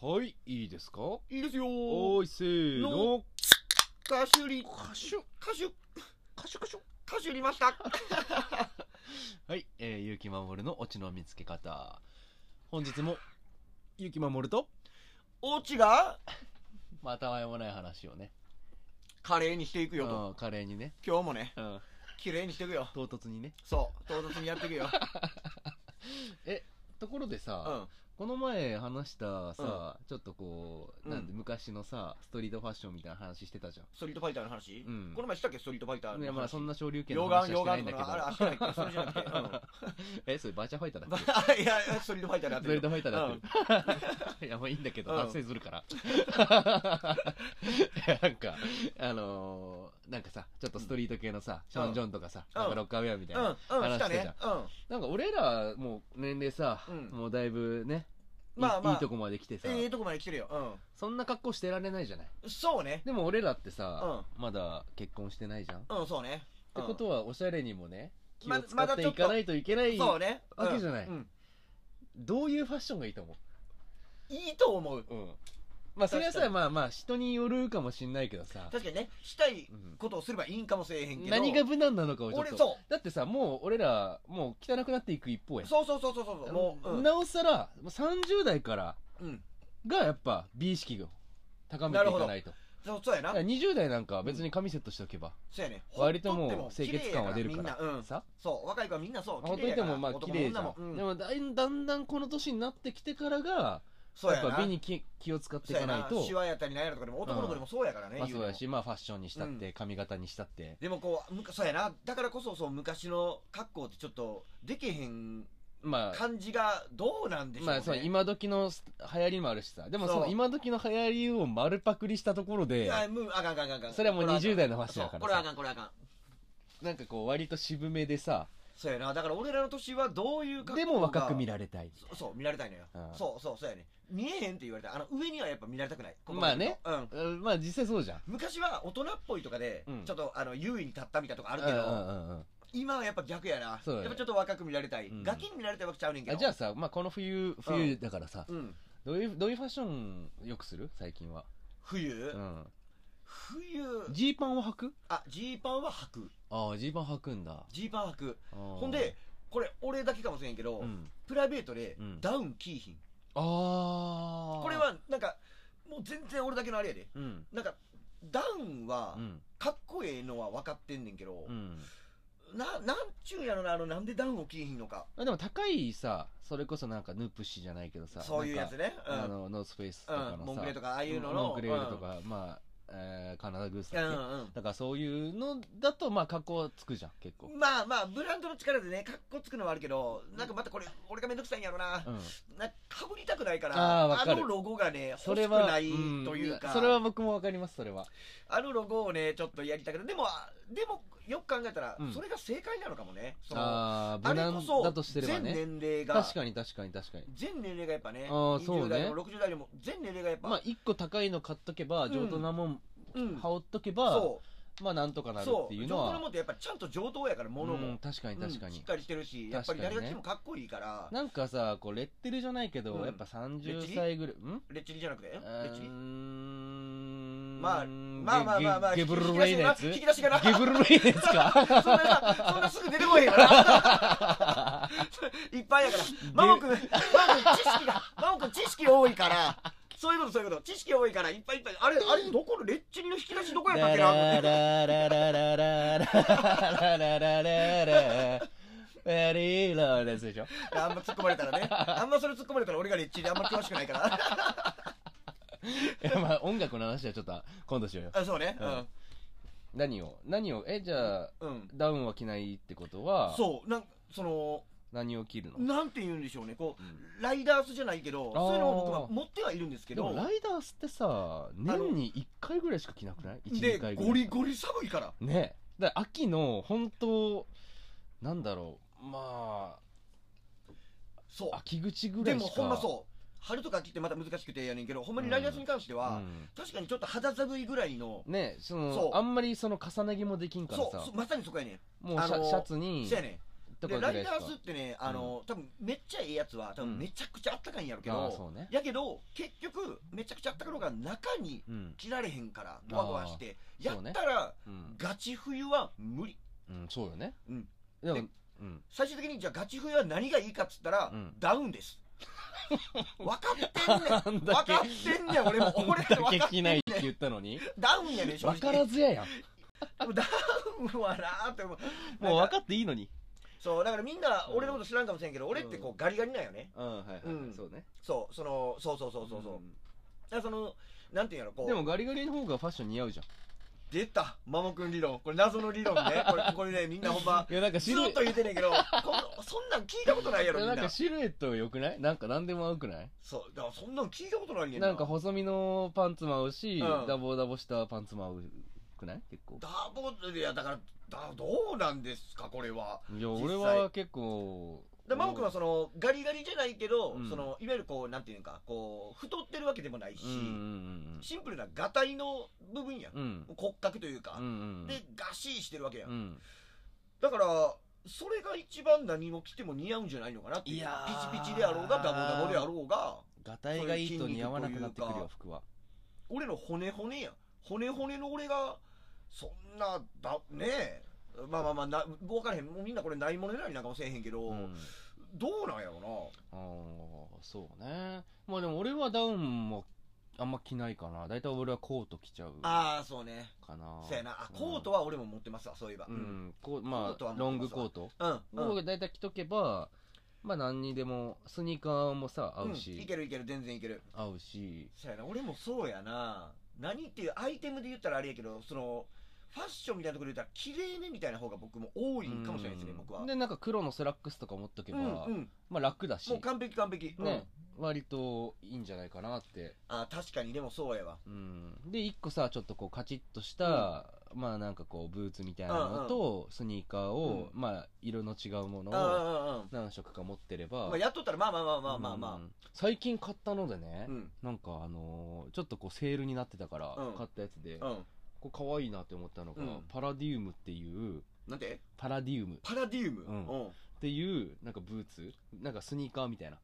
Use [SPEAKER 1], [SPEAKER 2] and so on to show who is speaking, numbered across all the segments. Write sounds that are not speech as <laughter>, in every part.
[SPEAKER 1] はい、いいですかはい
[SPEAKER 2] いですよ
[SPEAKER 1] い、せーの。
[SPEAKER 2] カシュリ
[SPEAKER 1] カシュ、
[SPEAKER 2] カシュ
[SPEAKER 1] カシュカシュ。
[SPEAKER 2] カシュリました
[SPEAKER 1] はい、えー、ゆうきまもるのオチの見つけ方。本日も、ゆうきまもると、
[SPEAKER 2] オチが
[SPEAKER 1] またわいもない話をね、
[SPEAKER 2] 華麗にしていくよと
[SPEAKER 1] うん華麗にね、
[SPEAKER 2] 今日もね
[SPEAKER 1] うん、
[SPEAKER 2] 綺麗にしていくよ
[SPEAKER 1] 唐突にね。
[SPEAKER 2] そう唐突にやって
[SPEAKER 1] <laughs>
[SPEAKER 2] いくよ
[SPEAKER 1] ところで
[SPEAKER 2] う
[SPEAKER 1] さ、
[SPEAKER 2] ん
[SPEAKER 1] この前話したさ、ちょっとこう、なんて昔のさ、ストリートファッションみたいな話してたじゃん。
[SPEAKER 2] ストリートファイターの話
[SPEAKER 1] うん
[SPEAKER 2] この前したっけストリートファイターの話
[SPEAKER 1] いやまあそんな昇竜拳の
[SPEAKER 2] 溶
[SPEAKER 1] 話は
[SPEAKER 2] 岩
[SPEAKER 1] してない
[SPEAKER 2] 溶岩
[SPEAKER 1] ん
[SPEAKER 2] と
[SPEAKER 1] だ
[SPEAKER 2] かあ
[SPEAKER 1] けど
[SPEAKER 2] れあしてないっけそれじゃなくて
[SPEAKER 1] <laughs>
[SPEAKER 2] うん
[SPEAKER 1] えそれバーチャファイターだっけ
[SPEAKER 2] <laughs> いやいやストリートファイターでやっ
[SPEAKER 1] スト
[SPEAKER 2] て
[SPEAKER 1] リー
[SPEAKER 2] る
[SPEAKER 1] トファイターだってる <laughs> いやまあいいんだけど
[SPEAKER 2] うん
[SPEAKER 1] 反省するから <laughs> いやなんかあのーなんかさちょっとストリート系のさションジョンとかさ
[SPEAKER 2] うん
[SPEAKER 1] なんかロッカーウェアみたい
[SPEAKER 2] うんう
[SPEAKER 1] なん
[SPEAKER 2] した
[SPEAKER 1] 話して
[SPEAKER 2] ね
[SPEAKER 1] た
[SPEAKER 2] うん
[SPEAKER 1] なんか俺らもう年齢さ
[SPEAKER 2] うん
[SPEAKER 1] もうだいぶねい
[SPEAKER 2] まあまあ
[SPEAKER 1] いいとこまで来てさ
[SPEAKER 2] ええとこまで来てるよ
[SPEAKER 1] そんな格好してられないじゃない
[SPEAKER 2] うんそうね
[SPEAKER 1] でも俺らってさ
[SPEAKER 2] う
[SPEAKER 1] まだ結婚してないじゃんっ
[SPEAKER 2] うんそうね
[SPEAKER 1] てことはおしゃれにもね気
[SPEAKER 2] ま
[SPEAKER 1] を使っていかないといけな
[SPEAKER 2] うん
[SPEAKER 1] い
[SPEAKER 2] そうね
[SPEAKER 1] わけじゃない
[SPEAKER 2] うん
[SPEAKER 1] どういうファッションがいいと思う
[SPEAKER 2] いいと思う
[SPEAKER 1] うんまあそれは
[SPEAKER 2] 確か
[SPEAKER 1] さ
[SPEAKER 2] に
[SPEAKER 1] まあまあ人によるかもしんないけどさ、
[SPEAKER 2] 確かにねしたい
[SPEAKER 1] うん
[SPEAKER 2] ことをすればいいんかもしれへんけど
[SPEAKER 1] 何が無難なのかをちょっ
[SPEAKER 2] 俺
[SPEAKER 1] と
[SPEAKER 2] そ
[SPEAKER 1] だってさもう俺らもう汚くなっていく一方
[SPEAKER 2] う
[SPEAKER 1] やん
[SPEAKER 2] そうそうそうそうそうもううん
[SPEAKER 1] なおさらもう30代から
[SPEAKER 2] うん
[SPEAKER 1] がやっぱ美意識を高めていかないと
[SPEAKER 2] そうそうや
[SPEAKER 1] だ
[SPEAKER 2] な
[SPEAKER 1] から20代なんかは別に髪セットしておけば、
[SPEAKER 2] そうやね
[SPEAKER 1] 割ともう
[SPEAKER 2] ほっとっても
[SPEAKER 1] 清潔感は出るから
[SPEAKER 2] 綺麗やからみんなうん
[SPEAKER 1] さ
[SPEAKER 2] そう若い子はみんなそう
[SPEAKER 1] ほっと
[SPEAKER 2] 綺麗
[SPEAKER 1] い
[SPEAKER 2] や
[SPEAKER 1] て
[SPEAKER 2] から
[SPEAKER 1] もまあ綺麗じゃん、
[SPEAKER 2] 男も女もうん
[SPEAKER 1] でもだいだんだんこの年になってきてからが
[SPEAKER 2] そう
[SPEAKER 1] や
[SPEAKER 2] や
[SPEAKER 1] っ
[SPEAKER 2] な
[SPEAKER 1] ぱ美に気気を使っていかない
[SPEAKER 2] そうや
[SPEAKER 1] と
[SPEAKER 2] シワやったりなんやらとかでも男の子でもそうやからね
[SPEAKER 1] まあ
[SPEAKER 2] 言
[SPEAKER 1] そう
[SPEAKER 2] の
[SPEAKER 1] やしまあファッションにしたって、
[SPEAKER 2] う
[SPEAKER 1] 髪型にしたって
[SPEAKER 2] でもこうむかそうやなだからこそそう昔の格好ってちょっとできへん
[SPEAKER 1] まあ
[SPEAKER 2] 感じがどうなんでしょう
[SPEAKER 1] ま
[SPEAKER 2] ね
[SPEAKER 1] あそう今時の流行りもあるしさでもその
[SPEAKER 2] そう
[SPEAKER 1] 今時の流行りを丸パクリしたところ
[SPEAKER 2] い
[SPEAKER 1] で
[SPEAKER 2] やもうあかんあかんあかん
[SPEAKER 1] それはもう
[SPEAKER 2] こあかん
[SPEAKER 1] 20代のファッションや
[SPEAKER 2] そ
[SPEAKER 1] から
[SPEAKER 2] うこれはあかんこれはあかん
[SPEAKER 1] なんかこう割と渋めでさ
[SPEAKER 2] そうやなだから俺らの年はどういう格
[SPEAKER 1] で
[SPEAKER 2] 好が
[SPEAKER 1] も若く見られたい
[SPEAKER 2] そうそう見られたいのよ
[SPEAKER 1] うん
[SPEAKER 2] そうそうそうやね見えへんって言われたあの上にはやっぱ見られたくないここ
[SPEAKER 1] まあね
[SPEAKER 2] で言うとう
[SPEAKER 1] う
[SPEAKER 2] ん
[SPEAKER 1] んまあ実際そうじゃん
[SPEAKER 2] 昔は大人っぽいとかで、
[SPEAKER 1] うん
[SPEAKER 2] ちょっとあの優位に立ったみたいなとこあ
[SPEAKER 1] あ
[SPEAKER 2] るけど、
[SPEAKER 1] うんうんうん
[SPEAKER 2] 今はやっぱ逆やな
[SPEAKER 1] そうやね
[SPEAKER 2] やっぱちょっと若く見られたい、
[SPEAKER 1] うん
[SPEAKER 2] ガキに見られたいわけちゃうねんけ
[SPEAKER 1] あ
[SPEAKER 2] ど
[SPEAKER 1] じゃあさ、まあ、この冬冬だからさ、
[SPEAKER 2] うん
[SPEAKER 1] どういうどういうファッションよくする最近は
[SPEAKER 2] 冬、
[SPEAKER 1] うん
[SPEAKER 2] 冬
[SPEAKER 1] ジーパンを履く
[SPEAKER 2] あジーパンは履く
[SPEAKER 1] ああジーパン履くんだ
[SPEAKER 2] ジーパン履く
[SPEAKER 1] ほ
[SPEAKER 2] ほんでこれ俺だけかもしれんけど、
[SPEAKER 1] うん、
[SPEAKER 2] プライベートで
[SPEAKER 1] うん
[SPEAKER 2] ダウン着いひん、
[SPEAKER 1] ああ
[SPEAKER 2] これはなんかもう全然俺だけのあれやで
[SPEAKER 1] うん
[SPEAKER 2] なんかダウンは
[SPEAKER 1] うん
[SPEAKER 2] かっこええのは分かってんねんけど
[SPEAKER 1] う、ん
[SPEAKER 2] ななんちゅうんやろなあのなんでダウンを着いひんのか
[SPEAKER 1] まあでも高いさそれこそなんかヌプシじゃないけどさ
[SPEAKER 2] そういうやつね、うん
[SPEAKER 1] あのノースフェイスとか
[SPEAKER 2] う
[SPEAKER 1] のさ、
[SPEAKER 2] ん、モンクレとかああいうのの
[SPEAKER 1] モンクレールとか、まあ、えーカナダグース
[SPEAKER 2] うん
[SPEAKER 1] だっけ、
[SPEAKER 2] うん
[SPEAKER 1] だからそういうのだとまあ格好はつくじゃん結構
[SPEAKER 2] う、んまあまあブランドの力でねかっこつくのはあるけどなんかまたこれ俺がめんどくさいんやろな
[SPEAKER 1] うん、
[SPEAKER 2] なかぶりたくないから
[SPEAKER 1] あーわかる
[SPEAKER 2] のロゴがね欲し
[SPEAKER 1] そ
[SPEAKER 2] く
[SPEAKER 1] れは
[SPEAKER 2] ない
[SPEAKER 1] ん
[SPEAKER 2] というか、
[SPEAKER 1] やそれは僕もわかりますそれは
[SPEAKER 2] あのロゴをねちょっとやりたくないでもあでもよく考えたら、
[SPEAKER 1] うん
[SPEAKER 2] それが正解なのかもねその
[SPEAKER 1] ああ
[SPEAKER 2] あ
[SPEAKER 1] 無
[SPEAKER 2] れ
[SPEAKER 1] 難
[SPEAKER 2] こそ
[SPEAKER 1] だとしてればね
[SPEAKER 2] 全年齢が
[SPEAKER 1] 確かに確かに確かに
[SPEAKER 2] 全年齢がやっぱね
[SPEAKER 1] あーそうね
[SPEAKER 2] 20代でも60代でも全年齢がやっぱ、
[SPEAKER 1] まあ一個高いの買っとけば
[SPEAKER 2] うん
[SPEAKER 1] 上等なもん
[SPEAKER 2] うん
[SPEAKER 1] 羽織っとけば、
[SPEAKER 2] そ
[SPEAKER 1] まあなんとか
[SPEAKER 2] う
[SPEAKER 1] なる
[SPEAKER 2] そ
[SPEAKER 1] っ
[SPEAKER 2] う
[SPEAKER 1] ていう
[SPEAKER 2] 上
[SPEAKER 1] の
[SPEAKER 2] 等な
[SPEAKER 1] は
[SPEAKER 2] もんってやっぱちゃんと上等やから物も、
[SPEAKER 1] うん確かに確か
[SPEAKER 2] うん
[SPEAKER 1] に
[SPEAKER 2] しっ、かりしてるしやっぱり誰が着てもかっこいいから
[SPEAKER 1] なんかさこうレッテルじゃないけど、
[SPEAKER 2] うん
[SPEAKER 1] やっぱ
[SPEAKER 2] レッチ
[SPEAKER 1] 30
[SPEAKER 2] リ
[SPEAKER 1] 歳ぐらいん
[SPEAKER 2] レッチリじゃなくてレッチリま
[SPEAKER 1] ま
[SPEAKER 2] あまあまあまあまあ
[SPEAKER 1] ゲブルレイのやつ
[SPEAKER 2] 引
[SPEAKER 1] ゲ
[SPEAKER 2] き出しがな引き出しがな
[SPEAKER 1] ブルレイのやつか
[SPEAKER 2] <laughs> そんなそんなす <laughs> ぐ出てこへんからいっぱいやからマモ君マモ君知識がマモ君知識多いからそういうことそういうこと知識多いからいっぱいいっぱいあれあれどこのレッチリの引き出しどこやったっけな
[SPEAKER 1] ララララララララララララベリーローレスでしょ
[SPEAKER 2] あんま突っ込まれたらねあんまそれ突っ込まれたら俺がレッチリあんま詳しくないから
[SPEAKER 1] いやまあ音楽の話はちょっと今度しようよ
[SPEAKER 2] あそうねうん
[SPEAKER 1] 何を何をえじゃあ
[SPEAKER 2] うん
[SPEAKER 1] ダウンは着ないってことは
[SPEAKER 2] そうなんその
[SPEAKER 1] 何を着るの
[SPEAKER 2] なんて言うんでしょうねこ
[SPEAKER 1] うん
[SPEAKER 2] うライダースじゃないけどそういうのを僕
[SPEAKER 1] あ
[SPEAKER 2] は
[SPEAKER 1] ー
[SPEAKER 2] 持ってはいるんですけ
[SPEAKER 1] でも
[SPEAKER 2] ど
[SPEAKER 1] ライダースってさ年に1回ぐらいしか着なくない ?1、
[SPEAKER 2] で
[SPEAKER 1] 2回ぐらい
[SPEAKER 2] ゴリゴリ寒いから
[SPEAKER 1] ねだから秋の本当なんだろうま
[SPEAKER 2] そう
[SPEAKER 1] あ秋口ぐら
[SPEAKER 2] で
[SPEAKER 1] いし
[SPEAKER 2] も
[SPEAKER 1] か
[SPEAKER 2] ほんまそう春とか秋ってまた難しくてやねんけどほんまにライダースに関しては、
[SPEAKER 1] ん
[SPEAKER 2] 確かにちょっと肌寒いぐらいの
[SPEAKER 1] ねその
[SPEAKER 2] そう
[SPEAKER 1] あんまりその重ね着もできんから
[SPEAKER 2] そう
[SPEAKER 1] さ
[SPEAKER 2] そうまさにそこやねん
[SPEAKER 1] もうシャ,、
[SPEAKER 2] あのー
[SPEAKER 1] シャツに
[SPEAKER 2] そやねん
[SPEAKER 1] と
[SPEAKER 2] で
[SPEAKER 1] かぐ
[SPEAKER 2] ラ
[SPEAKER 1] らい
[SPEAKER 2] イ
[SPEAKER 1] し
[SPEAKER 2] タ
[SPEAKER 1] か
[SPEAKER 2] ースってね、あの、多分めっちゃええやつは、多
[SPEAKER 1] う
[SPEAKER 2] 分
[SPEAKER 1] ん
[SPEAKER 2] めちゃくちゃあったかいんやろうけ
[SPEAKER 1] ああ
[SPEAKER 2] ど、
[SPEAKER 1] そうね
[SPEAKER 2] やけど、結局、めちゃくちゃあったかいのが中に
[SPEAKER 1] うん
[SPEAKER 2] 着られへんから、ゴワゴワして、
[SPEAKER 1] ああ
[SPEAKER 2] やったら、
[SPEAKER 1] うん、
[SPEAKER 2] ガチ冬は無理。
[SPEAKER 1] うん、そうよね
[SPEAKER 2] うん
[SPEAKER 1] でも
[SPEAKER 2] で <laughs>
[SPEAKER 1] うん
[SPEAKER 2] 最終的に、じゃあガチ冬は何がいいかっつったら、
[SPEAKER 1] うん
[SPEAKER 2] ダウン
[SPEAKER 1] <laughs>
[SPEAKER 2] です。分かってんねん。分
[SPEAKER 1] あんだけ
[SPEAKER 2] かってんねん、俺も。俺って分か
[SPEAKER 1] 聞
[SPEAKER 2] っ
[SPEAKER 1] きないって言ったのに
[SPEAKER 2] ダウンやねん、正
[SPEAKER 1] 分か
[SPEAKER 2] 直。
[SPEAKER 1] らずややん
[SPEAKER 2] でもダウンはなーって思う。
[SPEAKER 1] もう
[SPEAKER 2] なん
[SPEAKER 1] 分
[SPEAKER 2] か
[SPEAKER 1] かっていいのに
[SPEAKER 2] そう、だからみんな俺のこと知らんかもしれんけど、俺ってこうガリガリなんよね。
[SPEAKER 1] うんはいはい、
[SPEAKER 2] うん
[SPEAKER 1] そうね
[SPEAKER 2] そう、その、そうそうそうそうそう。だからその、なんていうんやろ、こう。
[SPEAKER 1] でもガリガリの方がファッション似合うじゃん
[SPEAKER 2] 出た、マモくん理論。これ謎の理論ね。
[SPEAKER 1] <laughs>
[SPEAKER 2] これ、これね、みんなほんま、
[SPEAKER 1] いやなんか
[SPEAKER 2] ず
[SPEAKER 1] シルエ
[SPEAKER 2] っ
[SPEAKER 1] ット
[SPEAKER 2] と言うてんねんけど、こんそんなん聞いたことないやろ、み
[SPEAKER 1] なんん
[SPEAKER 2] な
[SPEAKER 1] か。シルエット良くないなんか何でも合うくない
[SPEAKER 2] そう、だからそんなん聞いたことないねんな。
[SPEAKER 1] なんか細身のパンツも合うし、
[SPEAKER 2] うん
[SPEAKER 1] ダボダボしたパンツも合うくない結構
[SPEAKER 2] ダボいや、だから、だどうなんですか、これは。
[SPEAKER 1] いや
[SPEAKER 2] 実際
[SPEAKER 1] 俺は結構
[SPEAKER 2] で、マモくんはその、ガリガリじゃないけど、
[SPEAKER 1] うん
[SPEAKER 2] その、いわゆるこう、なんていうんか、こう、太ってるわけでもないし、
[SPEAKER 1] うんうん
[SPEAKER 2] シンプルなガタイの部分やん。
[SPEAKER 1] うんうん
[SPEAKER 2] 骨格というか
[SPEAKER 1] うんう。ん
[SPEAKER 2] で、ガシーしてるわけやん。
[SPEAKER 1] うん
[SPEAKER 2] だから、それが一番何を着ても似合うんじゃないのかなっていう。
[SPEAKER 1] いやー
[SPEAKER 2] ピチピチであろうが、ダボダボであろうが、
[SPEAKER 1] ガタイがいいと似合わなくなってくる
[SPEAKER 2] そうい
[SPEAKER 1] よ
[SPEAKER 2] う
[SPEAKER 1] 服は
[SPEAKER 2] 俺の骨骨やん。骨骨の俺が、そんな、だ、ねえ。まあまあまあ、な、分からへん。もうみんなこれないもの選びなんかもせえへんけど、
[SPEAKER 1] うん
[SPEAKER 2] どうなんやろ
[SPEAKER 1] あーそうねまあでも俺はダウンもあんま着ないかな大体俺はコート着ちゃう
[SPEAKER 2] な。ああ、そうね。
[SPEAKER 1] かな
[SPEAKER 2] そうやな。あ、
[SPEAKER 1] うん
[SPEAKER 2] コートは俺も持ってますわ、そういえば。
[SPEAKER 1] う
[SPEAKER 2] うん。
[SPEAKER 1] んこう
[SPEAKER 2] コ
[SPEAKER 1] ま
[SPEAKER 2] ートは
[SPEAKER 1] あロ
[SPEAKER 2] 持ってますわ
[SPEAKER 1] ングコート
[SPEAKER 2] うん。
[SPEAKER 1] を大体着とけばまあ何にでもスニーカーもさ合う
[SPEAKER 2] うんい
[SPEAKER 1] し
[SPEAKER 2] けるいける、全然いける。
[SPEAKER 1] 合うし
[SPEAKER 2] そうやな。俺もそうやな。何っていうアイテムで言ったらあれやけど、その、ファッションみたいなところで言ったら、綺麗めみたいな方が僕も多いかもしれないですね、
[SPEAKER 1] うん
[SPEAKER 2] 僕は。
[SPEAKER 1] でなんか黒のスラックスとか持っとけば、
[SPEAKER 2] うんうん、
[SPEAKER 1] まあ楽だし
[SPEAKER 2] もう完璧完璧、うん
[SPEAKER 1] ね、割といいんじゃないかなって、
[SPEAKER 2] あ確かにでもそうやわ
[SPEAKER 1] うん、で一個さちょっとこうカチッとした、まあなんかこうブーツみたいなのとスニーカーを、まあ色の違うもの
[SPEAKER 2] うんう
[SPEAKER 1] を
[SPEAKER 2] んうんうん
[SPEAKER 1] 何色か持ってれば、
[SPEAKER 2] まあ、やっとったらまあまあまあまあまあま
[SPEAKER 1] うん最近買ったのでね
[SPEAKER 2] あ、うん
[SPEAKER 1] なんかあのーちょっとこうセールになってたから
[SPEAKER 2] うん
[SPEAKER 1] 買ったやつで、
[SPEAKER 2] うん、
[SPEAKER 1] こう可愛いなって思ったのが、
[SPEAKER 2] うん
[SPEAKER 1] パラディウムっていう
[SPEAKER 2] なんて
[SPEAKER 1] パラディウムっ
[SPEAKER 2] パラディウム、
[SPEAKER 1] うんていうなんかブーツなんかスニーカーみたいな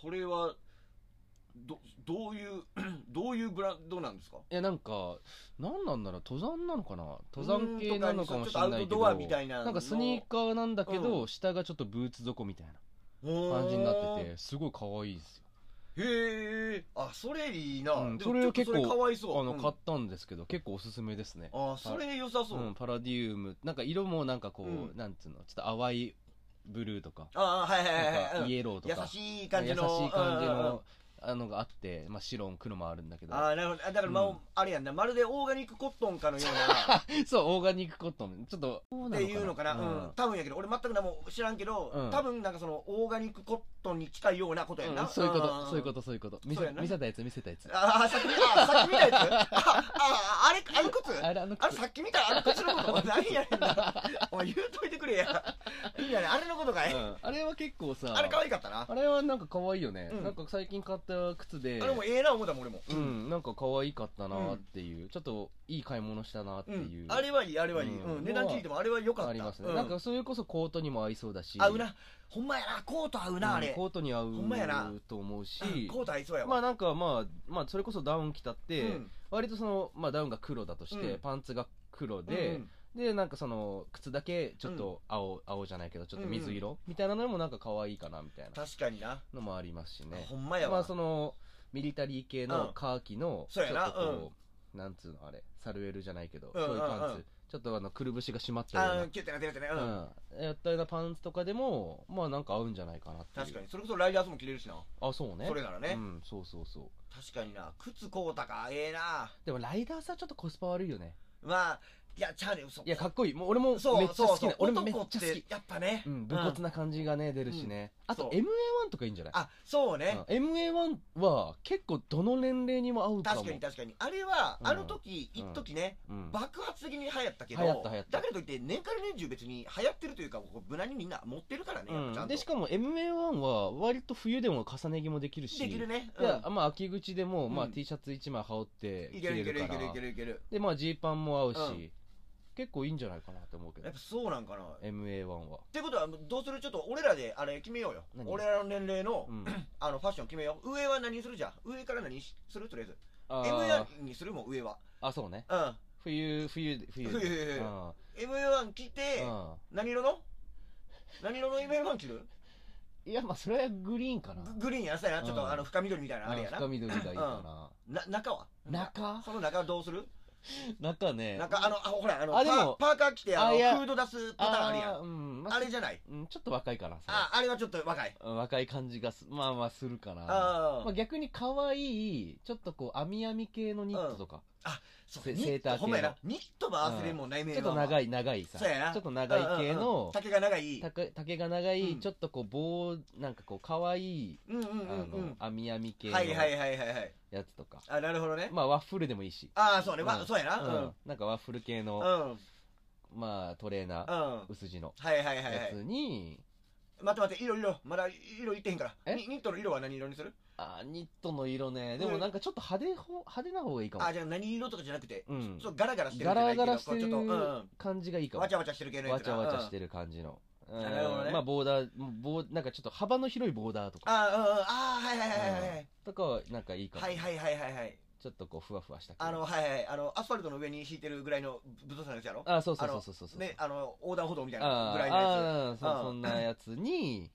[SPEAKER 2] それはどどういう <clears throat> どういうブランドなんですか
[SPEAKER 1] いやなんか何なんだろう登山なのかな登山系なのかもしれないけ
[SPEAKER 2] うーんとかちょっとアウトドア
[SPEAKER 1] ど
[SPEAKER 2] みたいなの
[SPEAKER 1] なんかスニーカーなんだけど、
[SPEAKER 2] う
[SPEAKER 1] 下がちょっとブーツ底みたいな
[SPEAKER 2] 感
[SPEAKER 1] 感じになっててすごい可愛いですよ
[SPEAKER 2] てへえあそれいいな、
[SPEAKER 1] うん
[SPEAKER 2] で
[SPEAKER 1] そ
[SPEAKER 2] も
[SPEAKER 1] れは
[SPEAKER 2] ちょっと
[SPEAKER 1] 結構
[SPEAKER 2] それかわいそう
[SPEAKER 1] あの
[SPEAKER 2] うん
[SPEAKER 1] 買ったんですけど、結構おすすめですね
[SPEAKER 2] あそれ良さそう、
[SPEAKER 1] うん、パラディウムなんか色もなんかこう、
[SPEAKER 2] うん
[SPEAKER 1] なんつうのちょっと淡いブルーとか
[SPEAKER 2] ああはいはいはい
[SPEAKER 1] なん
[SPEAKER 2] は
[SPEAKER 1] か
[SPEAKER 2] い、
[SPEAKER 1] イエローと
[SPEAKER 2] うん優
[SPEAKER 1] か
[SPEAKER 2] しい感じの
[SPEAKER 1] 優しい感じ
[SPEAKER 2] うんうんうん
[SPEAKER 1] のあのがあって、まあ、白も黒もあるんだけど
[SPEAKER 2] ああなるほどあだから、まあ
[SPEAKER 1] うん
[SPEAKER 2] あれやんなまるでオーガニックコットンかのよう
[SPEAKER 1] <laughs> <laughs>
[SPEAKER 2] な
[SPEAKER 1] そうオーガニックコットンちょっと
[SPEAKER 2] っていうのかな、うん
[SPEAKER 1] うん
[SPEAKER 2] 多分やけど俺全く何も知らんけど、
[SPEAKER 1] うん
[SPEAKER 2] 多分なんかそのオーガニックコットンに近いようなことやんな、
[SPEAKER 1] うんそういうこ
[SPEAKER 2] ん
[SPEAKER 1] とそういうことそういうこと見
[SPEAKER 2] そう
[SPEAKER 1] せ
[SPEAKER 2] やな
[SPEAKER 1] 見せたやつ見せたやつ
[SPEAKER 2] ああさっきあさっき見たやつあああれあの靴
[SPEAKER 1] あれあの
[SPEAKER 2] あれさっき見たあの靴のこと何やねんなお前言うといてくれやいいやねあれのことかい、
[SPEAKER 1] うんあれは結構さ
[SPEAKER 2] あれ可愛かったな
[SPEAKER 1] あれはなんか可愛いよね、
[SPEAKER 2] うん
[SPEAKER 1] なんか最近買った靴で
[SPEAKER 2] あれもええな思ったもん俺も
[SPEAKER 1] うんなんか可愛かったなっていう、ちょっといい買い物したなって
[SPEAKER 2] う
[SPEAKER 1] いう、
[SPEAKER 2] んあれはいいあれはいい、
[SPEAKER 1] うん
[SPEAKER 2] うん値段聞いてもあれは良かった
[SPEAKER 1] ありますね、
[SPEAKER 2] うん
[SPEAKER 1] なんかそれこそコートにも合いそうだし
[SPEAKER 2] 合うなほんまやなコート合うなあ
[SPEAKER 1] う
[SPEAKER 2] れ
[SPEAKER 1] ん、コートに合
[SPEAKER 2] ほんまやな
[SPEAKER 1] うと思うし、
[SPEAKER 2] うんコート合いそうやわ
[SPEAKER 1] まあなんかまあ、まあそれこそダウン着たって、
[SPEAKER 2] うん
[SPEAKER 1] 割とその、まあダウンが黒だとして、
[SPEAKER 2] うん
[SPEAKER 1] パンツが黒で、で、なんかその、靴だけちょっと青、青じゃないけど、ちょっと水色、みたいなのもなんか可愛いかな、みたいな
[SPEAKER 2] 確かにな、
[SPEAKER 1] のもありますしね。
[SPEAKER 2] ほんまやわ、
[SPEAKER 1] まあその、ミリタリー系
[SPEAKER 2] う
[SPEAKER 1] の
[SPEAKER 2] ん
[SPEAKER 1] カーキの、
[SPEAKER 2] そうやな
[SPEAKER 1] ちょっとこう、なんつうのあれ、サルエルじゃないけど、
[SPEAKER 2] うんうんうん
[SPEAKER 1] そういうパンツ、ちょっとあの、くるぶしが締まったよう
[SPEAKER 2] あ
[SPEAKER 1] な
[SPEAKER 2] ー、キュッてなってるやつね、
[SPEAKER 1] う
[SPEAKER 2] うん
[SPEAKER 1] ん、やったようなパンツとかでも、まあなんか合うんじゃないかなっていう。
[SPEAKER 2] 確かにそれこそライダースも着れるしな、
[SPEAKER 1] あ、そうね。
[SPEAKER 2] それならね、
[SPEAKER 1] うん、そうそうそう。
[SPEAKER 2] 確かにな靴こうたかええな
[SPEAKER 1] でもライダーさんちょっとコスパ悪いよね。
[SPEAKER 2] まあいやちゃうねそ
[SPEAKER 1] いや、かっこいい。もう俺もめっちゃ
[SPEAKER 2] そう
[SPEAKER 1] 好き
[SPEAKER 2] そう
[SPEAKER 1] な。
[SPEAKER 2] そう
[SPEAKER 1] 俺もめっちゃ好
[SPEAKER 2] 男って
[SPEAKER 1] き。
[SPEAKER 2] やっぱね、
[SPEAKER 1] うん、武骨な感じがね、出るしね。あと
[SPEAKER 2] そう
[SPEAKER 1] MA1 とかいいんじゃない
[SPEAKER 2] あそうね、
[SPEAKER 1] うん ?MA1 は結構どの年齢にも合うかも。
[SPEAKER 2] 確かに確かにあれは、
[SPEAKER 1] うん
[SPEAKER 2] あの時一時ね、
[SPEAKER 1] うん
[SPEAKER 2] 爆発的に流行ったけど
[SPEAKER 1] 流行った流行った
[SPEAKER 2] だけどといって年から年中別に流行ってるというかこう無難にみんな持ってるからね、やっぱち
[SPEAKER 1] う
[SPEAKER 2] ゃ
[SPEAKER 1] ん
[SPEAKER 2] んと
[SPEAKER 1] で、しかも MA1 は割と冬でも重ね着もできるし。
[SPEAKER 2] できるね、
[SPEAKER 1] いや
[SPEAKER 2] う、ん
[SPEAKER 1] まあ秋口でも、まあ
[SPEAKER 2] うん
[SPEAKER 1] T シャツ1枚羽織って
[SPEAKER 2] い
[SPEAKER 1] 着
[SPEAKER 2] ける
[SPEAKER 1] れ
[SPEAKER 2] いけ
[SPEAKER 1] る
[SPEAKER 2] るい
[SPEAKER 1] か
[SPEAKER 2] けるい
[SPEAKER 1] ら
[SPEAKER 2] け。るいける
[SPEAKER 1] で、まあジーパンも合うし。
[SPEAKER 2] うん
[SPEAKER 1] 結構いいんじゃないかなって思うけ
[SPEAKER 2] や
[SPEAKER 1] ど
[SPEAKER 2] っぱそうなんかなっ
[SPEAKER 1] MA1 は
[SPEAKER 2] てことはどうするちょっと俺らであれ決めようよ
[SPEAKER 1] 何
[SPEAKER 2] 俺らの年齢の、 <laughs>
[SPEAKER 1] うん
[SPEAKER 2] あのファッション決めよう上は何するじゃん上から何するとりあえず
[SPEAKER 1] あー
[SPEAKER 2] M1 にするもん上は
[SPEAKER 1] あそうね
[SPEAKER 2] うん
[SPEAKER 1] 冬冬で冬で
[SPEAKER 2] 冬冬冬
[SPEAKER 1] うんうん
[SPEAKER 2] M1 着て何色の何色の M1 着る
[SPEAKER 1] いやまあそれはグリーンかな
[SPEAKER 2] ググリーンやなさいなちょっと、
[SPEAKER 1] うん
[SPEAKER 2] あの深緑みたいなあれや
[SPEAKER 1] うん
[SPEAKER 2] な
[SPEAKER 1] 深緑がいいか
[SPEAKER 2] な中は
[SPEAKER 1] 中
[SPEAKER 2] その中はどうする
[SPEAKER 1] な中ね
[SPEAKER 2] 中あのあほらあの
[SPEAKER 1] あで
[SPEAKER 2] パ
[SPEAKER 1] も
[SPEAKER 2] ーパーカー着てあの
[SPEAKER 1] あいや
[SPEAKER 2] フード出すパターンあるやん
[SPEAKER 1] ーうんま
[SPEAKER 2] あれじゃない
[SPEAKER 1] うんちょっと若いかなそれ
[SPEAKER 2] ああれはちょっと若い
[SPEAKER 1] うん若い感じがすまあまあするかな
[SPEAKER 2] あ
[SPEAKER 1] まあ、逆に可愛いちょっとこう網網系のニットとか、
[SPEAKER 2] そう
[SPEAKER 1] セ
[SPEAKER 2] ニッ
[SPEAKER 1] セーター系の
[SPEAKER 2] ほんまやなニットも合わせれるもんね、
[SPEAKER 1] ちょっと長
[SPEAKER 2] い
[SPEAKER 1] い長いさ
[SPEAKER 2] そうやな
[SPEAKER 1] ちょっと長い系
[SPEAKER 2] うんうんうん
[SPEAKER 1] の、
[SPEAKER 2] 丈が長い
[SPEAKER 1] たけ丈が長い、
[SPEAKER 2] うん
[SPEAKER 1] ちょっとこう棒なんかこう可愛い、
[SPEAKER 2] うんうんうん
[SPEAKER 1] あの網網
[SPEAKER 2] う
[SPEAKER 1] 系
[SPEAKER 2] ん
[SPEAKER 1] の
[SPEAKER 2] はいはいはいはいはい
[SPEAKER 1] やつとか、
[SPEAKER 2] あなるほどね、
[SPEAKER 1] まあワッフルでもいいし、
[SPEAKER 2] ああそうね、わ
[SPEAKER 1] うん
[SPEAKER 2] そうやなうんう、
[SPEAKER 1] うんんなんかワッフル系の、
[SPEAKER 2] うん
[SPEAKER 1] まあトレーナー、
[SPEAKER 2] はい
[SPEAKER 1] 薄地の
[SPEAKER 2] はいはいは
[SPEAKER 1] や
[SPEAKER 2] い
[SPEAKER 1] つに、
[SPEAKER 2] 待って待って色色まだ色いってへんから
[SPEAKER 1] え
[SPEAKER 2] ニニットの色は何色にする
[SPEAKER 1] あーニットの色ねでもなんかちょっと派手ほ派手な方がいいかも
[SPEAKER 2] あじゃあ何色とかじゃなくて、
[SPEAKER 1] うん
[SPEAKER 2] ちょっとガラガラして
[SPEAKER 1] ガ
[SPEAKER 2] るじゃな
[SPEAKER 1] ラ
[SPEAKER 2] いけど
[SPEAKER 1] ガラしてる
[SPEAKER 2] こうちょっと、
[SPEAKER 1] 感じがいい
[SPEAKER 2] うん、
[SPEAKER 1] かも
[SPEAKER 2] わちゃわちゃしてる系のや
[SPEAKER 1] わ
[SPEAKER 2] つ
[SPEAKER 1] ちゃわちゃしてる感じの。うん
[SPEAKER 2] なるほどね
[SPEAKER 1] まあ、ボーダー、ボーなんかちょっと幅の広いボーダーとか、
[SPEAKER 2] ああ、うんうん、ああ、はいはいはいはいはい。
[SPEAKER 1] とかはなんかいいかも。
[SPEAKER 2] はいはいはいはいはい。
[SPEAKER 1] ちょっとこう、ふわふわした
[SPEAKER 2] あ
[SPEAKER 1] 感じ
[SPEAKER 2] の、はいはい。あの、アスファルトの上に敷いてるぐらいのぶぶとさのやつやろ
[SPEAKER 1] あ、そうそうそうそうそうそう。
[SPEAKER 2] ね、あの、横断歩道みたいな
[SPEAKER 1] あ
[SPEAKER 2] ぐらいのや
[SPEAKER 1] あーそ
[SPEAKER 2] うん
[SPEAKER 1] そんなやつ
[SPEAKER 2] <laughs>
[SPEAKER 1] に、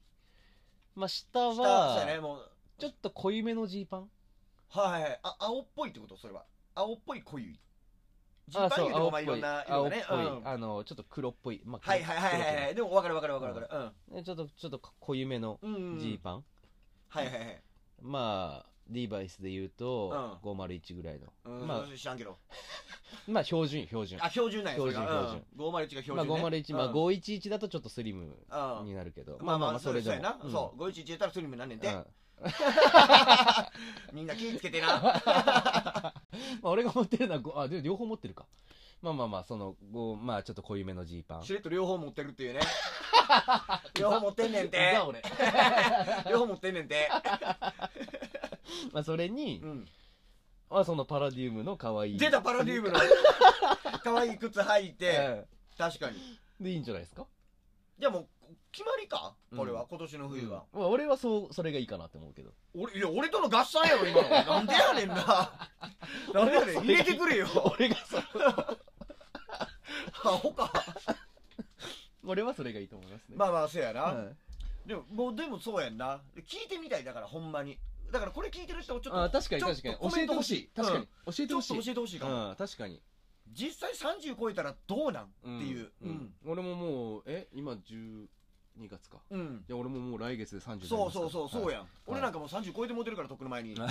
[SPEAKER 1] まあ、下
[SPEAKER 2] つ。下、そうやね、
[SPEAKER 1] は、
[SPEAKER 2] もう。
[SPEAKER 1] ちょっと濃いめのジーパン
[SPEAKER 2] はいはいはい。あ、青っぽいってことそれは。青っぽい濃い。ジ
[SPEAKER 1] あ
[SPEAKER 2] ー
[SPEAKER 1] ー
[SPEAKER 2] パン
[SPEAKER 1] そ、
[SPEAKER 2] いううと
[SPEAKER 1] 青っ
[SPEAKER 2] ま
[SPEAKER 1] ぽ
[SPEAKER 2] あ
[SPEAKER 1] い。
[SPEAKER 2] いろんな色
[SPEAKER 1] 青
[SPEAKER 2] が
[SPEAKER 1] っ
[SPEAKER 2] ね。う
[SPEAKER 1] ぽい、
[SPEAKER 2] ん。
[SPEAKER 1] あの、ちょっと黒っぽい。まあ、
[SPEAKER 2] はいはいはいはい
[SPEAKER 1] 黒
[SPEAKER 2] はい。でも分かる分かる分かる分かる。
[SPEAKER 1] 黒ねちょっと、ちょっと濃いめの
[SPEAKER 2] うん。うんうん。
[SPEAKER 1] ジーパン、
[SPEAKER 2] はいはいはい。
[SPEAKER 1] まあ、ディバイスで言うと、501ぐらいの。
[SPEAKER 2] うん、
[SPEAKER 1] ま
[SPEAKER 2] ま
[SPEAKER 1] あ
[SPEAKER 2] あ、知らんけど。
[SPEAKER 1] まあ、標準、標準。
[SPEAKER 2] あ、標準なんや、それ
[SPEAKER 1] 標準
[SPEAKER 2] が。うん。501が標準
[SPEAKER 1] ま
[SPEAKER 2] ね。
[SPEAKER 1] あ、501、まあ、
[SPEAKER 2] うん
[SPEAKER 1] 511だとちょっとスリム
[SPEAKER 2] うん
[SPEAKER 1] になるけど、
[SPEAKER 2] まあまあ、そ
[SPEAKER 1] そ
[SPEAKER 2] れ
[SPEAKER 1] れ
[SPEAKER 2] じ
[SPEAKER 1] で
[SPEAKER 2] ゃ
[SPEAKER 1] も
[SPEAKER 2] な。
[SPEAKER 1] うん
[SPEAKER 2] そう、511やったらスリムになんねんて
[SPEAKER 1] うん。ま
[SPEAKER 2] みんな気ぃつけてな。
[SPEAKER 1] あ、俺が持ってるのはごあで両方持ってるかまあまあまあそのごまあちょっと濃いめのジーパン
[SPEAKER 2] しれっと両方持って
[SPEAKER 1] <laughs>
[SPEAKER 2] るっていうね。両方持ってんねんて。
[SPEAKER 1] だ俺
[SPEAKER 2] 両方持ってんねんて。
[SPEAKER 1] まあそれに、
[SPEAKER 2] うん。
[SPEAKER 1] まあ、そのパラディウムの可愛い
[SPEAKER 2] 出たパラディウムの。可愛い靴履いて。
[SPEAKER 1] え
[SPEAKER 2] 確かに。
[SPEAKER 1] えでいいんじゃないですか
[SPEAKER 2] じゃあもう、決まりか
[SPEAKER 1] うん
[SPEAKER 2] これは、今年の冬は。
[SPEAKER 1] うんまあ、俺はそうそれがいいかなって思うけど
[SPEAKER 2] 俺、いや、俺との合算やろ、今の。なんでやね
[SPEAKER 1] <laughs>
[SPEAKER 2] んな。なんでやねん。入れてくれよ。
[SPEAKER 1] 俺がそう
[SPEAKER 2] あ、ほか。
[SPEAKER 1] 俺はそれがいいと思いますね
[SPEAKER 2] まあまあ、そうやな。
[SPEAKER 1] はい
[SPEAKER 2] でも、もう、でもそうやんな。聞いてみたい、だから、ほんまに。だから、これ聞いてる人、ちょっ
[SPEAKER 1] あ
[SPEAKER 2] と。
[SPEAKER 1] 確かに確かに
[SPEAKER 2] ちょっと
[SPEAKER 1] 教えてほしい
[SPEAKER 2] コ
[SPEAKER 1] 確
[SPEAKER 2] メント
[SPEAKER 1] か
[SPEAKER 2] 欲
[SPEAKER 1] に、教え
[SPEAKER 2] ち
[SPEAKER 1] て
[SPEAKER 2] ょ
[SPEAKER 1] ほ
[SPEAKER 2] っ
[SPEAKER 1] しい
[SPEAKER 2] と教えてほしいかも。
[SPEAKER 1] うん、確かに
[SPEAKER 2] 実際30超えたらどうなんっていう。
[SPEAKER 1] うん
[SPEAKER 2] うん。
[SPEAKER 1] 俺ももうえ今12月か
[SPEAKER 2] うん。
[SPEAKER 1] いや俺ももう来月で30
[SPEAKER 2] そうそうそう、そう
[SPEAKER 1] や
[SPEAKER 2] やん。俺なんかもう30超えてモデルから、とっくの前に。もう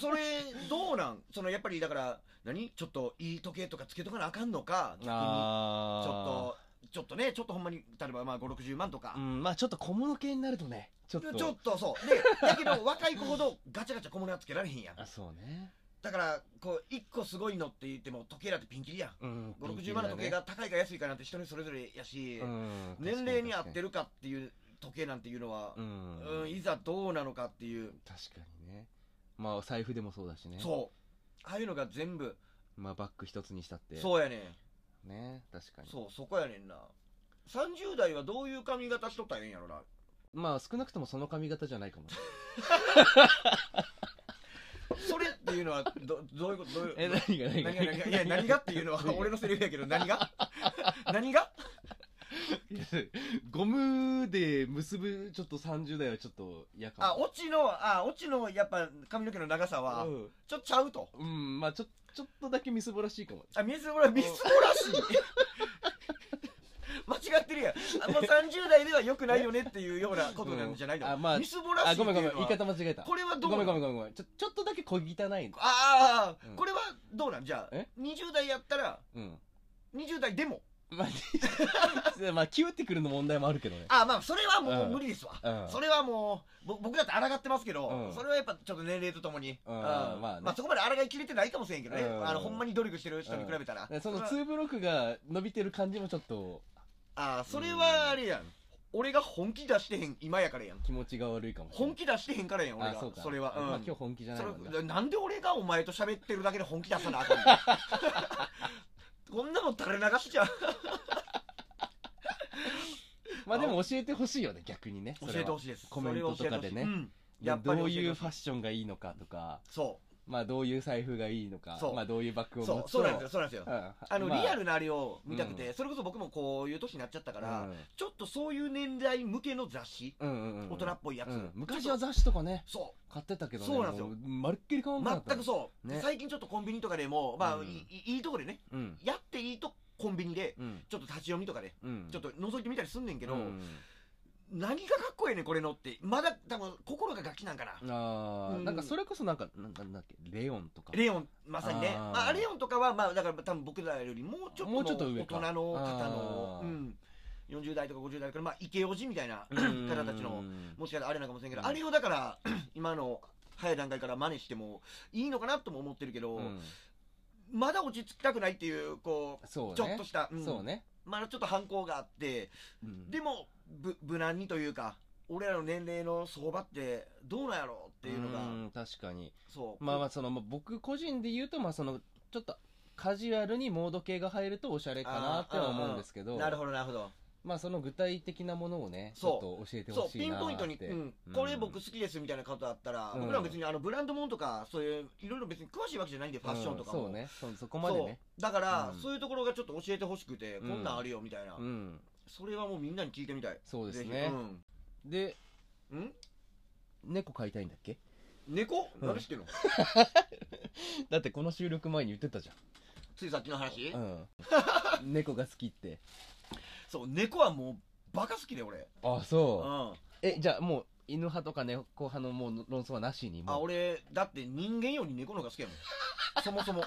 [SPEAKER 2] それ、どうなんその、やっぱりだから、何ちょっといい時計とかつけとかなあかんのか、逆にちょ
[SPEAKER 1] あ
[SPEAKER 2] っと、ちょっとね、ちょっとほんまに、例えばまあ5、60万とか
[SPEAKER 1] あ。うんまあちょっと小物系になるとねちょっ
[SPEAKER 2] ち
[SPEAKER 1] と
[SPEAKER 2] ょっとそう。で、だけど若い子ほどガチャガチャ小物はつけられへんやん。
[SPEAKER 1] あそうね
[SPEAKER 2] だから、こう、1個すごいのって言っても、時計だってピンキリやん。
[SPEAKER 1] うん
[SPEAKER 2] 5、60万の時計
[SPEAKER 1] が
[SPEAKER 2] が高いか安いかなんて人にそれぞれやし、年齢に合って
[SPEAKER 1] る
[SPEAKER 2] るかっていう時計なんていうのは
[SPEAKER 1] う、ん
[SPEAKER 2] うん、いざどうなのかっていう、
[SPEAKER 1] 確かにねまあお財布でもそうだしね
[SPEAKER 2] そうああいうのが全部
[SPEAKER 1] まあバッグ一つにしたって
[SPEAKER 2] そうやねん
[SPEAKER 1] うね確かに
[SPEAKER 2] そうそこやねんな30代はどういう髪型しとったらええんやろな
[SPEAKER 1] まあ少なくともその髪型じゃないか
[SPEAKER 2] <laughs>
[SPEAKER 1] もね
[SPEAKER 2] それっていうのは <laughs> どどういうことどういう
[SPEAKER 1] え何が何が
[SPEAKER 2] 何が何がいや何がっていうのは俺のセリフやけど
[SPEAKER 1] <laughs>
[SPEAKER 2] 何が何が
[SPEAKER 1] いや <laughs> ゴムで結ぶちょっと30代はちょっと嫌かも
[SPEAKER 2] あオチのあオチのやっぱ髪の毛の長さは
[SPEAKER 1] うん
[SPEAKER 2] ちょっとちゃうと
[SPEAKER 1] うんまあちょちょっとだけみすぼらしいかも
[SPEAKER 2] あみすぼらみすぼらしい <laughs> 間違ってるやんあもう30代ではよくないよねっていうようなことなんじゃないの、
[SPEAKER 1] うんあまあ
[SPEAKER 2] みすぼらしい
[SPEAKER 1] あ
[SPEAKER 2] ってい
[SPEAKER 1] ご
[SPEAKER 2] う
[SPEAKER 1] めん
[SPEAKER 2] の
[SPEAKER 1] ご
[SPEAKER 2] は
[SPEAKER 1] めん言い方間違えた
[SPEAKER 2] これはどう
[SPEAKER 1] ごめんごめん
[SPEAKER 2] ん
[SPEAKER 1] ごめんごめんちょちょっとだけ小汚い
[SPEAKER 2] ああ、
[SPEAKER 1] うん
[SPEAKER 2] これはどうなんじゃあ
[SPEAKER 1] え
[SPEAKER 2] 20代やったら
[SPEAKER 1] うん
[SPEAKER 2] 20代でも
[SPEAKER 1] まあ <laughs> まあキューティクルの問題もあるけどね
[SPEAKER 2] ああまあそれはもう
[SPEAKER 1] うん
[SPEAKER 2] 無理ですわ、
[SPEAKER 1] うん
[SPEAKER 2] それはもうぼ僕だって抗ってますけど、
[SPEAKER 1] うん
[SPEAKER 2] それはやっぱちょっと年齢とともに、
[SPEAKER 1] うんまあね
[SPEAKER 2] そこまで抗いきれてないかもしれんけどね、
[SPEAKER 1] うん
[SPEAKER 2] あのほんまに努力してる人に比べたら、
[SPEAKER 1] でその
[SPEAKER 2] れは
[SPEAKER 1] 2ブロックが伸びてる感じもちょっと
[SPEAKER 2] ああそれはあれやん俺が本気出してへん今やからやん
[SPEAKER 1] 気持ちが悪いかもしれな
[SPEAKER 2] 本
[SPEAKER 1] い
[SPEAKER 2] 気出してへんからやん俺
[SPEAKER 1] あ
[SPEAKER 2] が
[SPEAKER 1] そう
[SPEAKER 2] そ
[SPEAKER 1] か
[SPEAKER 2] れは、うん
[SPEAKER 1] まあ、今日本気じゃないもん
[SPEAKER 2] そ
[SPEAKER 1] な
[SPEAKER 2] れなんで俺がお前と喋ってるだけで本気出さなあかんねん <laughs> こんなの垂れ流しちゃう。
[SPEAKER 1] まあでも教えてほしいよね逆にね
[SPEAKER 2] 教えてほ
[SPEAKER 1] し
[SPEAKER 2] しいです。
[SPEAKER 1] コメントとかでね
[SPEAKER 2] それを教えてほしいうん
[SPEAKER 1] い
[SPEAKER 2] やっぱり
[SPEAKER 1] どう
[SPEAKER 2] 教えてほしい
[SPEAKER 1] いうファッションがいいのかとか
[SPEAKER 2] そ
[SPEAKER 1] まあどういう財布がいいのか
[SPEAKER 2] そう
[SPEAKER 1] まあどういうバッ
[SPEAKER 2] う。
[SPEAKER 1] グを
[SPEAKER 2] そ
[SPEAKER 1] 持
[SPEAKER 2] う、
[SPEAKER 1] つ
[SPEAKER 2] そうなんです
[SPEAKER 1] と
[SPEAKER 2] よ、そうなんですよ。
[SPEAKER 1] うん
[SPEAKER 2] あの、
[SPEAKER 1] ま
[SPEAKER 2] リアルなあれを見たくて、
[SPEAKER 1] う
[SPEAKER 2] それこそ僕もこういう年になっちゃったから、
[SPEAKER 1] うん
[SPEAKER 2] ちょっとそういう年代向けの雑誌、
[SPEAKER 1] うんうんうん
[SPEAKER 2] 大人っぽいやつ。
[SPEAKER 1] うん昔
[SPEAKER 2] ちょ
[SPEAKER 1] は
[SPEAKER 2] っと
[SPEAKER 1] 雑誌とかね
[SPEAKER 2] そ
[SPEAKER 1] 買ってたけどね
[SPEAKER 2] そうなんですよ
[SPEAKER 1] もまるっきり変わ
[SPEAKER 2] う。
[SPEAKER 1] んなかった
[SPEAKER 2] 全くそう。
[SPEAKER 1] ね
[SPEAKER 2] 最近ちょっとコンビニとかでも、まあ、
[SPEAKER 1] うん
[SPEAKER 2] いいいいとこでね、
[SPEAKER 1] うん
[SPEAKER 2] やっていいとコンビニで、
[SPEAKER 1] うん
[SPEAKER 2] ちょっと立ち読みとかで、
[SPEAKER 1] うん
[SPEAKER 2] ちょっと覗いてみたりすんねんけど、
[SPEAKER 1] うん
[SPEAKER 2] 何がかっこええねん、これのって。まだ多分心がガキなんかな。
[SPEAKER 1] ああ
[SPEAKER 2] うん
[SPEAKER 1] なんかそれこそなんかなんなんだっけレオンとか
[SPEAKER 2] レオン、まさにね。
[SPEAKER 1] あー
[SPEAKER 2] まあ、レオンとかは、まあ、だから多分僕らよりもうちょっと
[SPEAKER 1] もうちょっと上
[SPEAKER 2] 大
[SPEAKER 1] か
[SPEAKER 2] 人の方の、
[SPEAKER 1] あー
[SPEAKER 2] うん、40代とか50代から、まあ、イケオジみたいな
[SPEAKER 1] うん
[SPEAKER 2] 方たちの、もしかしたらあれなんかもしれんけど、あれをだから、 <clears throat> 今の早い段階から真似してもいいのかなとも思ってるけど、
[SPEAKER 1] うん
[SPEAKER 2] まだ落ち着きたくないっていう、こう、
[SPEAKER 1] そうね
[SPEAKER 2] ちょっとした、ん
[SPEAKER 1] そうね
[SPEAKER 2] まだちょっと反抗があって、
[SPEAKER 1] うん
[SPEAKER 2] でも、ぶ無難にというか、俺らの年齢の相場ってどうなんやろうっていうのが、
[SPEAKER 1] うん確かに
[SPEAKER 2] そう。
[SPEAKER 1] まあまあそのまあ僕個人で言うとまあそのちょっとカジュアルにモード系が入るとおしゃれかなっては思うんですけど
[SPEAKER 2] なるほど、なるほど。
[SPEAKER 1] まあその具体的なものをねち
[SPEAKER 2] そう
[SPEAKER 1] ょっと教えて
[SPEAKER 2] そ
[SPEAKER 1] ほ
[SPEAKER 2] う、
[SPEAKER 1] し
[SPEAKER 2] ピ
[SPEAKER 1] い
[SPEAKER 2] ン
[SPEAKER 1] な
[SPEAKER 2] ポイント
[SPEAKER 1] っ
[SPEAKER 2] に、
[SPEAKER 1] て
[SPEAKER 2] うん
[SPEAKER 1] うん
[SPEAKER 2] これ僕好きですみたいな方だったら、
[SPEAKER 1] うん
[SPEAKER 2] 僕らは別にあのブランドもんとか、そういう、いろいろ別に詳しいわけじゃないんで、ファッションとかも。
[SPEAKER 1] うんそうねそそこまでね
[SPEAKER 2] そうだから、
[SPEAKER 1] うん
[SPEAKER 2] そういうところがちょっと教えてほしくて、
[SPEAKER 1] うん
[SPEAKER 2] こんなんあるよみたいな、
[SPEAKER 1] うん
[SPEAKER 2] それはもうみんなに聞いてみたい。
[SPEAKER 1] そうです
[SPEAKER 2] ぜ
[SPEAKER 1] ね
[SPEAKER 2] ひ
[SPEAKER 1] で
[SPEAKER 2] うん。ん
[SPEAKER 1] 猫飼いたいんだっけ
[SPEAKER 2] 猫
[SPEAKER 1] うん
[SPEAKER 2] 何してんの、
[SPEAKER 1] だってこの収録前に言ってたじ
[SPEAKER 2] ついさっきの話、
[SPEAKER 1] ゃんうん <laughs> 猫が好きって
[SPEAKER 2] そう、猫はもう、バカ好きで俺。
[SPEAKER 1] あ
[SPEAKER 2] うん。
[SPEAKER 1] そう
[SPEAKER 2] あ、
[SPEAKER 1] えじゃあもう犬派とか猫派のもう論争はなしにもう
[SPEAKER 2] 俺、だって人間より猫の方が好きやもん。そもそも。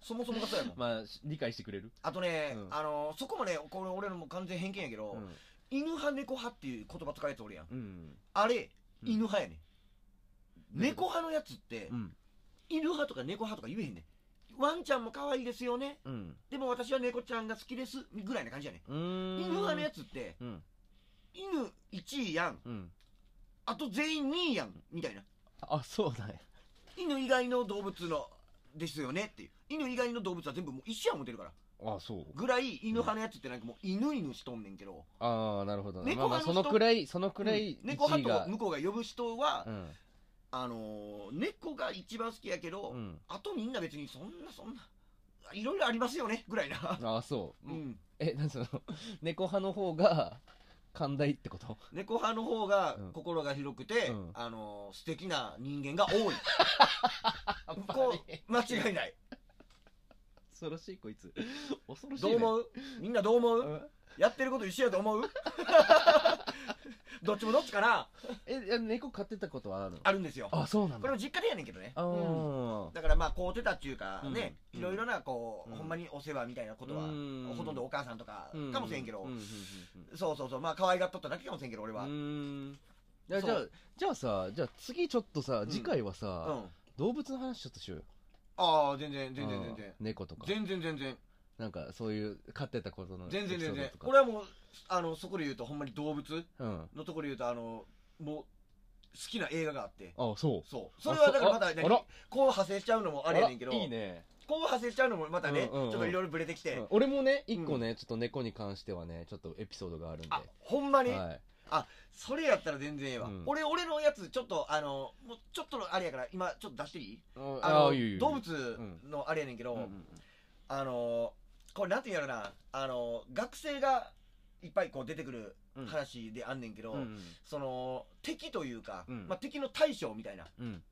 [SPEAKER 2] そもそもがそうやもん。
[SPEAKER 1] まあし理解してくれる
[SPEAKER 2] あとね、
[SPEAKER 1] うん
[SPEAKER 2] あのそこもね、これ俺のもう完全偏見やけど、
[SPEAKER 1] うん
[SPEAKER 2] 犬派猫派っていう言葉使うやつおるやん。
[SPEAKER 1] うん
[SPEAKER 2] あれ、
[SPEAKER 1] うん
[SPEAKER 2] 犬派やね、ん。猫派のやつって、
[SPEAKER 1] うん
[SPEAKER 2] 犬派とか猫派とか言えへんねん。ワンちゃんも可愛いですよね。
[SPEAKER 1] うん
[SPEAKER 2] でも私は猫ちゃんが好きです。ぐらいな感じやね
[SPEAKER 1] うー
[SPEAKER 2] ん。
[SPEAKER 1] ん
[SPEAKER 2] 犬派のやつって、
[SPEAKER 1] うん
[SPEAKER 2] 犬1位やん。
[SPEAKER 1] うん
[SPEAKER 2] あと全員2位やん。みたいな。
[SPEAKER 1] あそうだね
[SPEAKER 2] 犬以外の動物の、ですよねっていう。犬以外の動物は全部もう一緒や思ってるから。
[SPEAKER 1] あそう
[SPEAKER 2] ぐらい犬派のやつってなんかもう犬犬しとんねんけど。
[SPEAKER 1] ああなるほどね
[SPEAKER 2] 猫
[SPEAKER 1] まあまあ
[SPEAKER 2] 派
[SPEAKER 1] そ
[SPEAKER 2] の人
[SPEAKER 1] のくらいそのくらい
[SPEAKER 2] うん猫
[SPEAKER 1] 1位
[SPEAKER 2] 派
[SPEAKER 1] が
[SPEAKER 2] と向こうが呼ぶ人は、
[SPEAKER 1] うん
[SPEAKER 2] あのー猫が一番好きやけど、
[SPEAKER 1] うん
[SPEAKER 2] あとみんな別にそんなそんな、いろいろありますよね、ぐらいな。
[SPEAKER 1] ああそう
[SPEAKER 2] う
[SPEAKER 1] うん
[SPEAKER 2] ん。
[SPEAKER 1] えなんその猫派の方が寛大ってこと
[SPEAKER 2] 猫派の方が
[SPEAKER 1] うん
[SPEAKER 2] 心が広くて、
[SPEAKER 1] うん
[SPEAKER 2] あのー素敵な人間が多い。こう、間違いない。
[SPEAKER 1] <laughs> 恐ろしいこいつ恐ろしい
[SPEAKER 2] どう
[SPEAKER 1] ね
[SPEAKER 2] 思うみんなどう思う、
[SPEAKER 1] うん
[SPEAKER 2] やってること一緒やと思う <laughs> どっちもどっちかな
[SPEAKER 1] えいや猫飼ってたことはあるの
[SPEAKER 2] あるんですよ。
[SPEAKER 1] あそうなん
[SPEAKER 2] こ
[SPEAKER 1] だ
[SPEAKER 2] れも実家でやねんけどね。
[SPEAKER 1] あ
[SPEAKER 2] うん
[SPEAKER 1] ー
[SPEAKER 2] だからまあ、こうてたっていうかね、
[SPEAKER 1] うん
[SPEAKER 2] いろいろな、こう、
[SPEAKER 1] うん
[SPEAKER 2] ほんまにお世話みたいなことは、
[SPEAKER 1] うん
[SPEAKER 2] ほとんどお母さんとか
[SPEAKER 1] う
[SPEAKER 2] かもしれんけど、
[SPEAKER 1] うううん
[SPEAKER 2] そうそうそう、まあ可愛がっとっただけかもしれんけど、俺は。
[SPEAKER 1] う
[SPEAKER 2] う
[SPEAKER 1] ん
[SPEAKER 2] ん。
[SPEAKER 1] いや
[SPEAKER 2] そ
[SPEAKER 1] じゃあ
[SPEAKER 2] う
[SPEAKER 1] じゃあさじゃあ次ちょっとさ
[SPEAKER 2] ん
[SPEAKER 1] 次回はさ
[SPEAKER 2] あ
[SPEAKER 1] 動物の話ちょっとしようよ
[SPEAKER 2] あ、全然、全然、全
[SPEAKER 1] う
[SPEAKER 2] 然
[SPEAKER 1] ん。猫とか
[SPEAKER 2] 全然、全然。
[SPEAKER 1] なんかそういう飼ってたことの
[SPEAKER 2] 全然、
[SPEAKER 1] エピソ
[SPEAKER 2] 全
[SPEAKER 1] ード
[SPEAKER 2] 然
[SPEAKER 1] と。か
[SPEAKER 2] 俺はもう、あの、そこで言うと、ほんまに動物
[SPEAKER 1] うん
[SPEAKER 2] のところで言うと、あの、もう、好きな映画があって。
[SPEAKER 1] あそう
[SPEAKER 2] そう。それはだからま
[SPEAKER 1] あ
[SPEAKER 2] た、
[SPEAKER 1] そ
[SPEAKER 2] ね
[SPEAKER 1] あら、
[SPEAKER 2] こう派生しちゃうのもあれやねんけど、
[SPEAKER 1] あらいいね
[SPEAKER 2] こう派生しちゃうのもまたね、
[SPEAKER 1] うんうんうん
[SPEAKER 2] ちょっといろいろブレてきて。
[SPEAKER 1] うん俺もね一個ねちょっと猫に関してはねちょっとエピソードがあるんで
[SPEAKER 2] あ、ほんまに、
[SPEAKER 1] はい
[SPEAKER 2] それやったら全然ええわ、
[SPEAKER 1] うん
[SPEAKER 2] 俺、俺のやつ、ちょっと、あの、もうちょっとのあれやから、今、ちょっと出していい
[SPEAKER 1] うん
[SPEAKER 2] あの
[SPEAKER 1] いいよいいよ
[SPEAKER 2] 動物のあれやねんけど、
[SPEAKER 1] うんうん
[SPEAKER 2] あのーこれなんていうんやろな、あのー学生がいっぱいこう出てくる
[SPEAKER 1] うん
[SPEAKER 2] 話であんねんけど、
[SPEAKER 1] うん
[SPEAKER 2] その敵というか、
[SPEAKER 1] うん
[SPEAKER 2] まあ、敵の大将みたいな
[SPEAKER 1] うん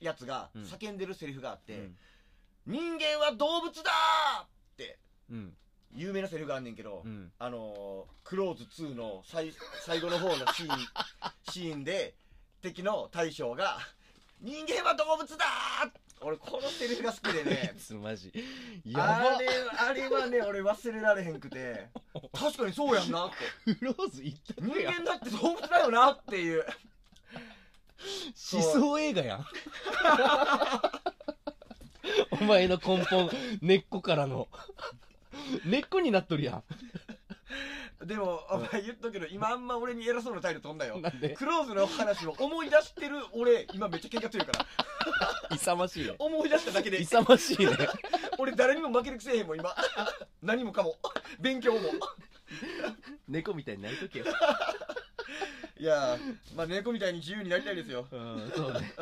[SPEAKER 2] やつが
[SPEAKER 1] うん
[SPEAKER 2] 叫んでるセリフがあって、
[SPEAKER 1] うん
[SPEAKER 2] 人間は動物だーって
[SPEAKER 1] うん
[SPEAKER 2] 有名なセリフがあんねんけど、
[SPEAKER 1] うん
[SPEAKER 2] あのークローズ2の最最後の方のシーンシーンで敵の大将が「人間は動物だー!」俺このセリフが好きで
[SPEAKER 1] <laughs>
[SPEAKER 2] ね
[SPEAKER 1] つマジやば
[SPEAKER 2] あれあれはね俺忘れられへんくて確かにそうやんなって
[SPEAKER 1] クローズ行った
[SPEAKER 2] 人
[SPEAKER 1] くや
[SPEAKER 2] 間だって動物だよなっていう
[SPEAKER 1] 思想映画やん <laughs> お前の根本根っこからの根っこになっとるや
[SPEAKER 2] でもお前言っとくけど今あんま俺に偉そうな態度飛んだよ
[SPEAKER 1] んなんで
[SPEAKER 2] クローズの話を思い出してる俺今めっちゃ喧嘩強いから
[SPEAKER 1] 勇ましいね
[SPEAKER 2] 思い出しただけで
[SPEAKER 1] 勇ましいね
[SPEAKER 2] 俺誰にも負けるくせえへんもん今何もかも勉強も
[SPEAKER 1] 猫みたいになるときよ。
[SPEAKER 2] いやーまあ猫みたいに自由になりたいですよ
[SPEAKER 1] うん、そうね。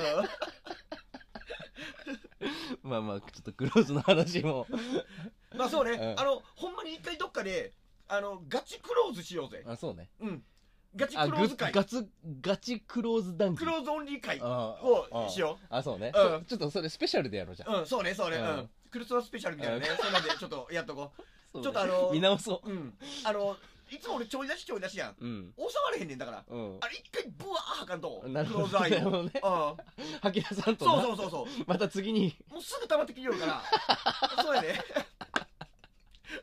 [SPEAKER 2] う
[SPEAKER 1] まあまあ、ちょっとクローズの話も。
[SPEAKER 2] <laughs> んまあそうね、
[SPEAKER 1] うん
[SPEAKER 2] あのほんまに一回どっかであのガチクローズしようぜ
[SPEAKER 1] あ、そうね。
[SPEAKER 2] うんガチ
[SPEAKER 1] あ、
[SPEAKER 2] クロー
[SPEAKER 1] ぐ
[SPEAKER 2] ズ会
[SPEAKER 1] ガチ、ガチクローズ談義。
[SPEAKER 2] クローズオンリー会
[SPEAKER 1] ああ
[SPEAKER 2] をしよ
[SPEAKER 1] あ、そうね。
[SPEAKER 2] うん
[SPEAKER 1] そちょっとそれスペシャルでやろうじゃん。
[SPEAKER 2] ううんそうねそうね、う
[SPEAKER 1] うん
[SPEAKER 2] ん、クリスマスペシャルみたいなねそうなんでちょっとやっとこ
[SPEAKER 1] そうね
[SPEAKER 2] ちょっとあのー
[SPEAKER 1] 見直そう
[SPEAKER 2] うんあのいつも俺ちょい出しちょい出しやん
[SPEAKER 1] う。うん。
[SPEAKER 2] 収まれへんねんだから
[SPEAKER 1] うん
[SPEAKER 2] あ。れ一回ブワー吐かんと
[SPEAKER 1] なる
[SPEAKER 2] クロー
[SPEAKER 1] ほ
[SPEAKER 2] ズ
[SPEAKER 1] ど
[SPEAKER 2] ア
[SPEAKER 1] ね。
[SPEAKER 2] イ
[SPEAKER 1] な
[SPEAKER 2] を
[SPEAKER 1] るほ
[SPEAKER 2] うん
[SPEAKER 1] どね。吐き出さんとな。
[SPEAKER 2] そうそうそうそう
[SPEAKER 1] また次に。
[SPEAKER 2] もうすぐ溜まってきよるからそうやね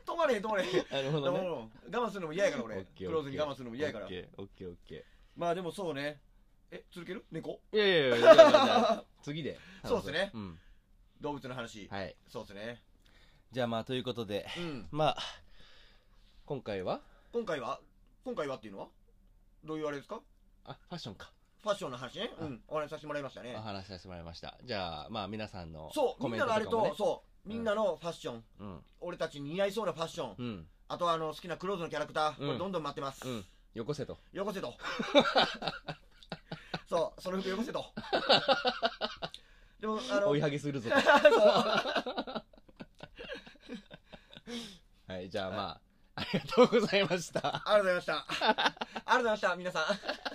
[SPEAKER 2] 止まれへん止まれへん
[SPEAKER 1] なるほどね。
[SPEAKER 2] うん我慢するのも嫌やから
[SPEAKER 1] オ
[SPEAKER 2] 俺
[SPEAKER 1] ッケー
[SPEAKER 2] クローズに我慢するのも嫌やか
[SPEAKER 1] オ
[SPEAKER 2] ら
[SPEAKER 1] ッケー、オッケー、オッケ
[SPEAKER 2] まあでもそうねえ続ける猫
[SPEAKER 1] ー。いやいやいやじゃあ、じゃあ次で。
[SPEAKER 2] <laughs> そうっすね
[SPEAKER 1] ん。
[SPEAKER 2] <laughs> 動物の話
[SPEAKER 1] はい。
[SPEAKER 2] そうですね
[SPEAKER 1] じゃあまあ、ということで、
[SPEAKER 2] うん
[SPEAKER 1] まあ、今回は、
[SPEAKER 2] 今回は今回はっていうのはどういうあれですか
[SPEAKER 1] あ、ファッションか。
[SPEAKER 2] ファッションの話ね
[SPEAKER 1] あ
[SPEAKER 2] うんお話しさせてもらいましたね
[SPEAKER 1] お話しさせてもらいました。じゃあ、まあ皆さんの
[SPEAKER 2] そう
[SPEAKER 1] コ
[SPEAKER 2] みん
[SPEAKER 1] メン
[SPEAKER 2] な
[SPEAKER 1] トと
[SPEAKER 2] のあれ
[SPEAKER 1] かもね
[SPEAKER 2] と。そうみんなのファッション
[SPEAKER 1] うん。
[SPEAKER 2] 俺たちに似合いそうなファッション
[SPEAKER 1] うん。
[SPEAKER 2] あとはあの好きなクローズのキャラクターこ
[SPEAKER 1] う
[SPEAKER 2] れ
[SPEAKER 1] ん
[SPEAKER 2] どんどん待ってます
[SPEAKER 1] うん。よこせと。
[SPEAKER 2] よこせ
[SPEAKER 1] <laughs>
[SPEAKER 2] とそうその服よこせ
[SPEAKER 1] <laughs>
[SPEAKER 2] とでもあの
[SPEAKER 1] 追いはげするぞと。
[SPEAKER 2] <laughs> そう
[SPEAKER 1] <laughs> はい、じゃあまあ、ありがとうございました。
[SPEAKER 2] ありがとうございましたありがとうございました皆さん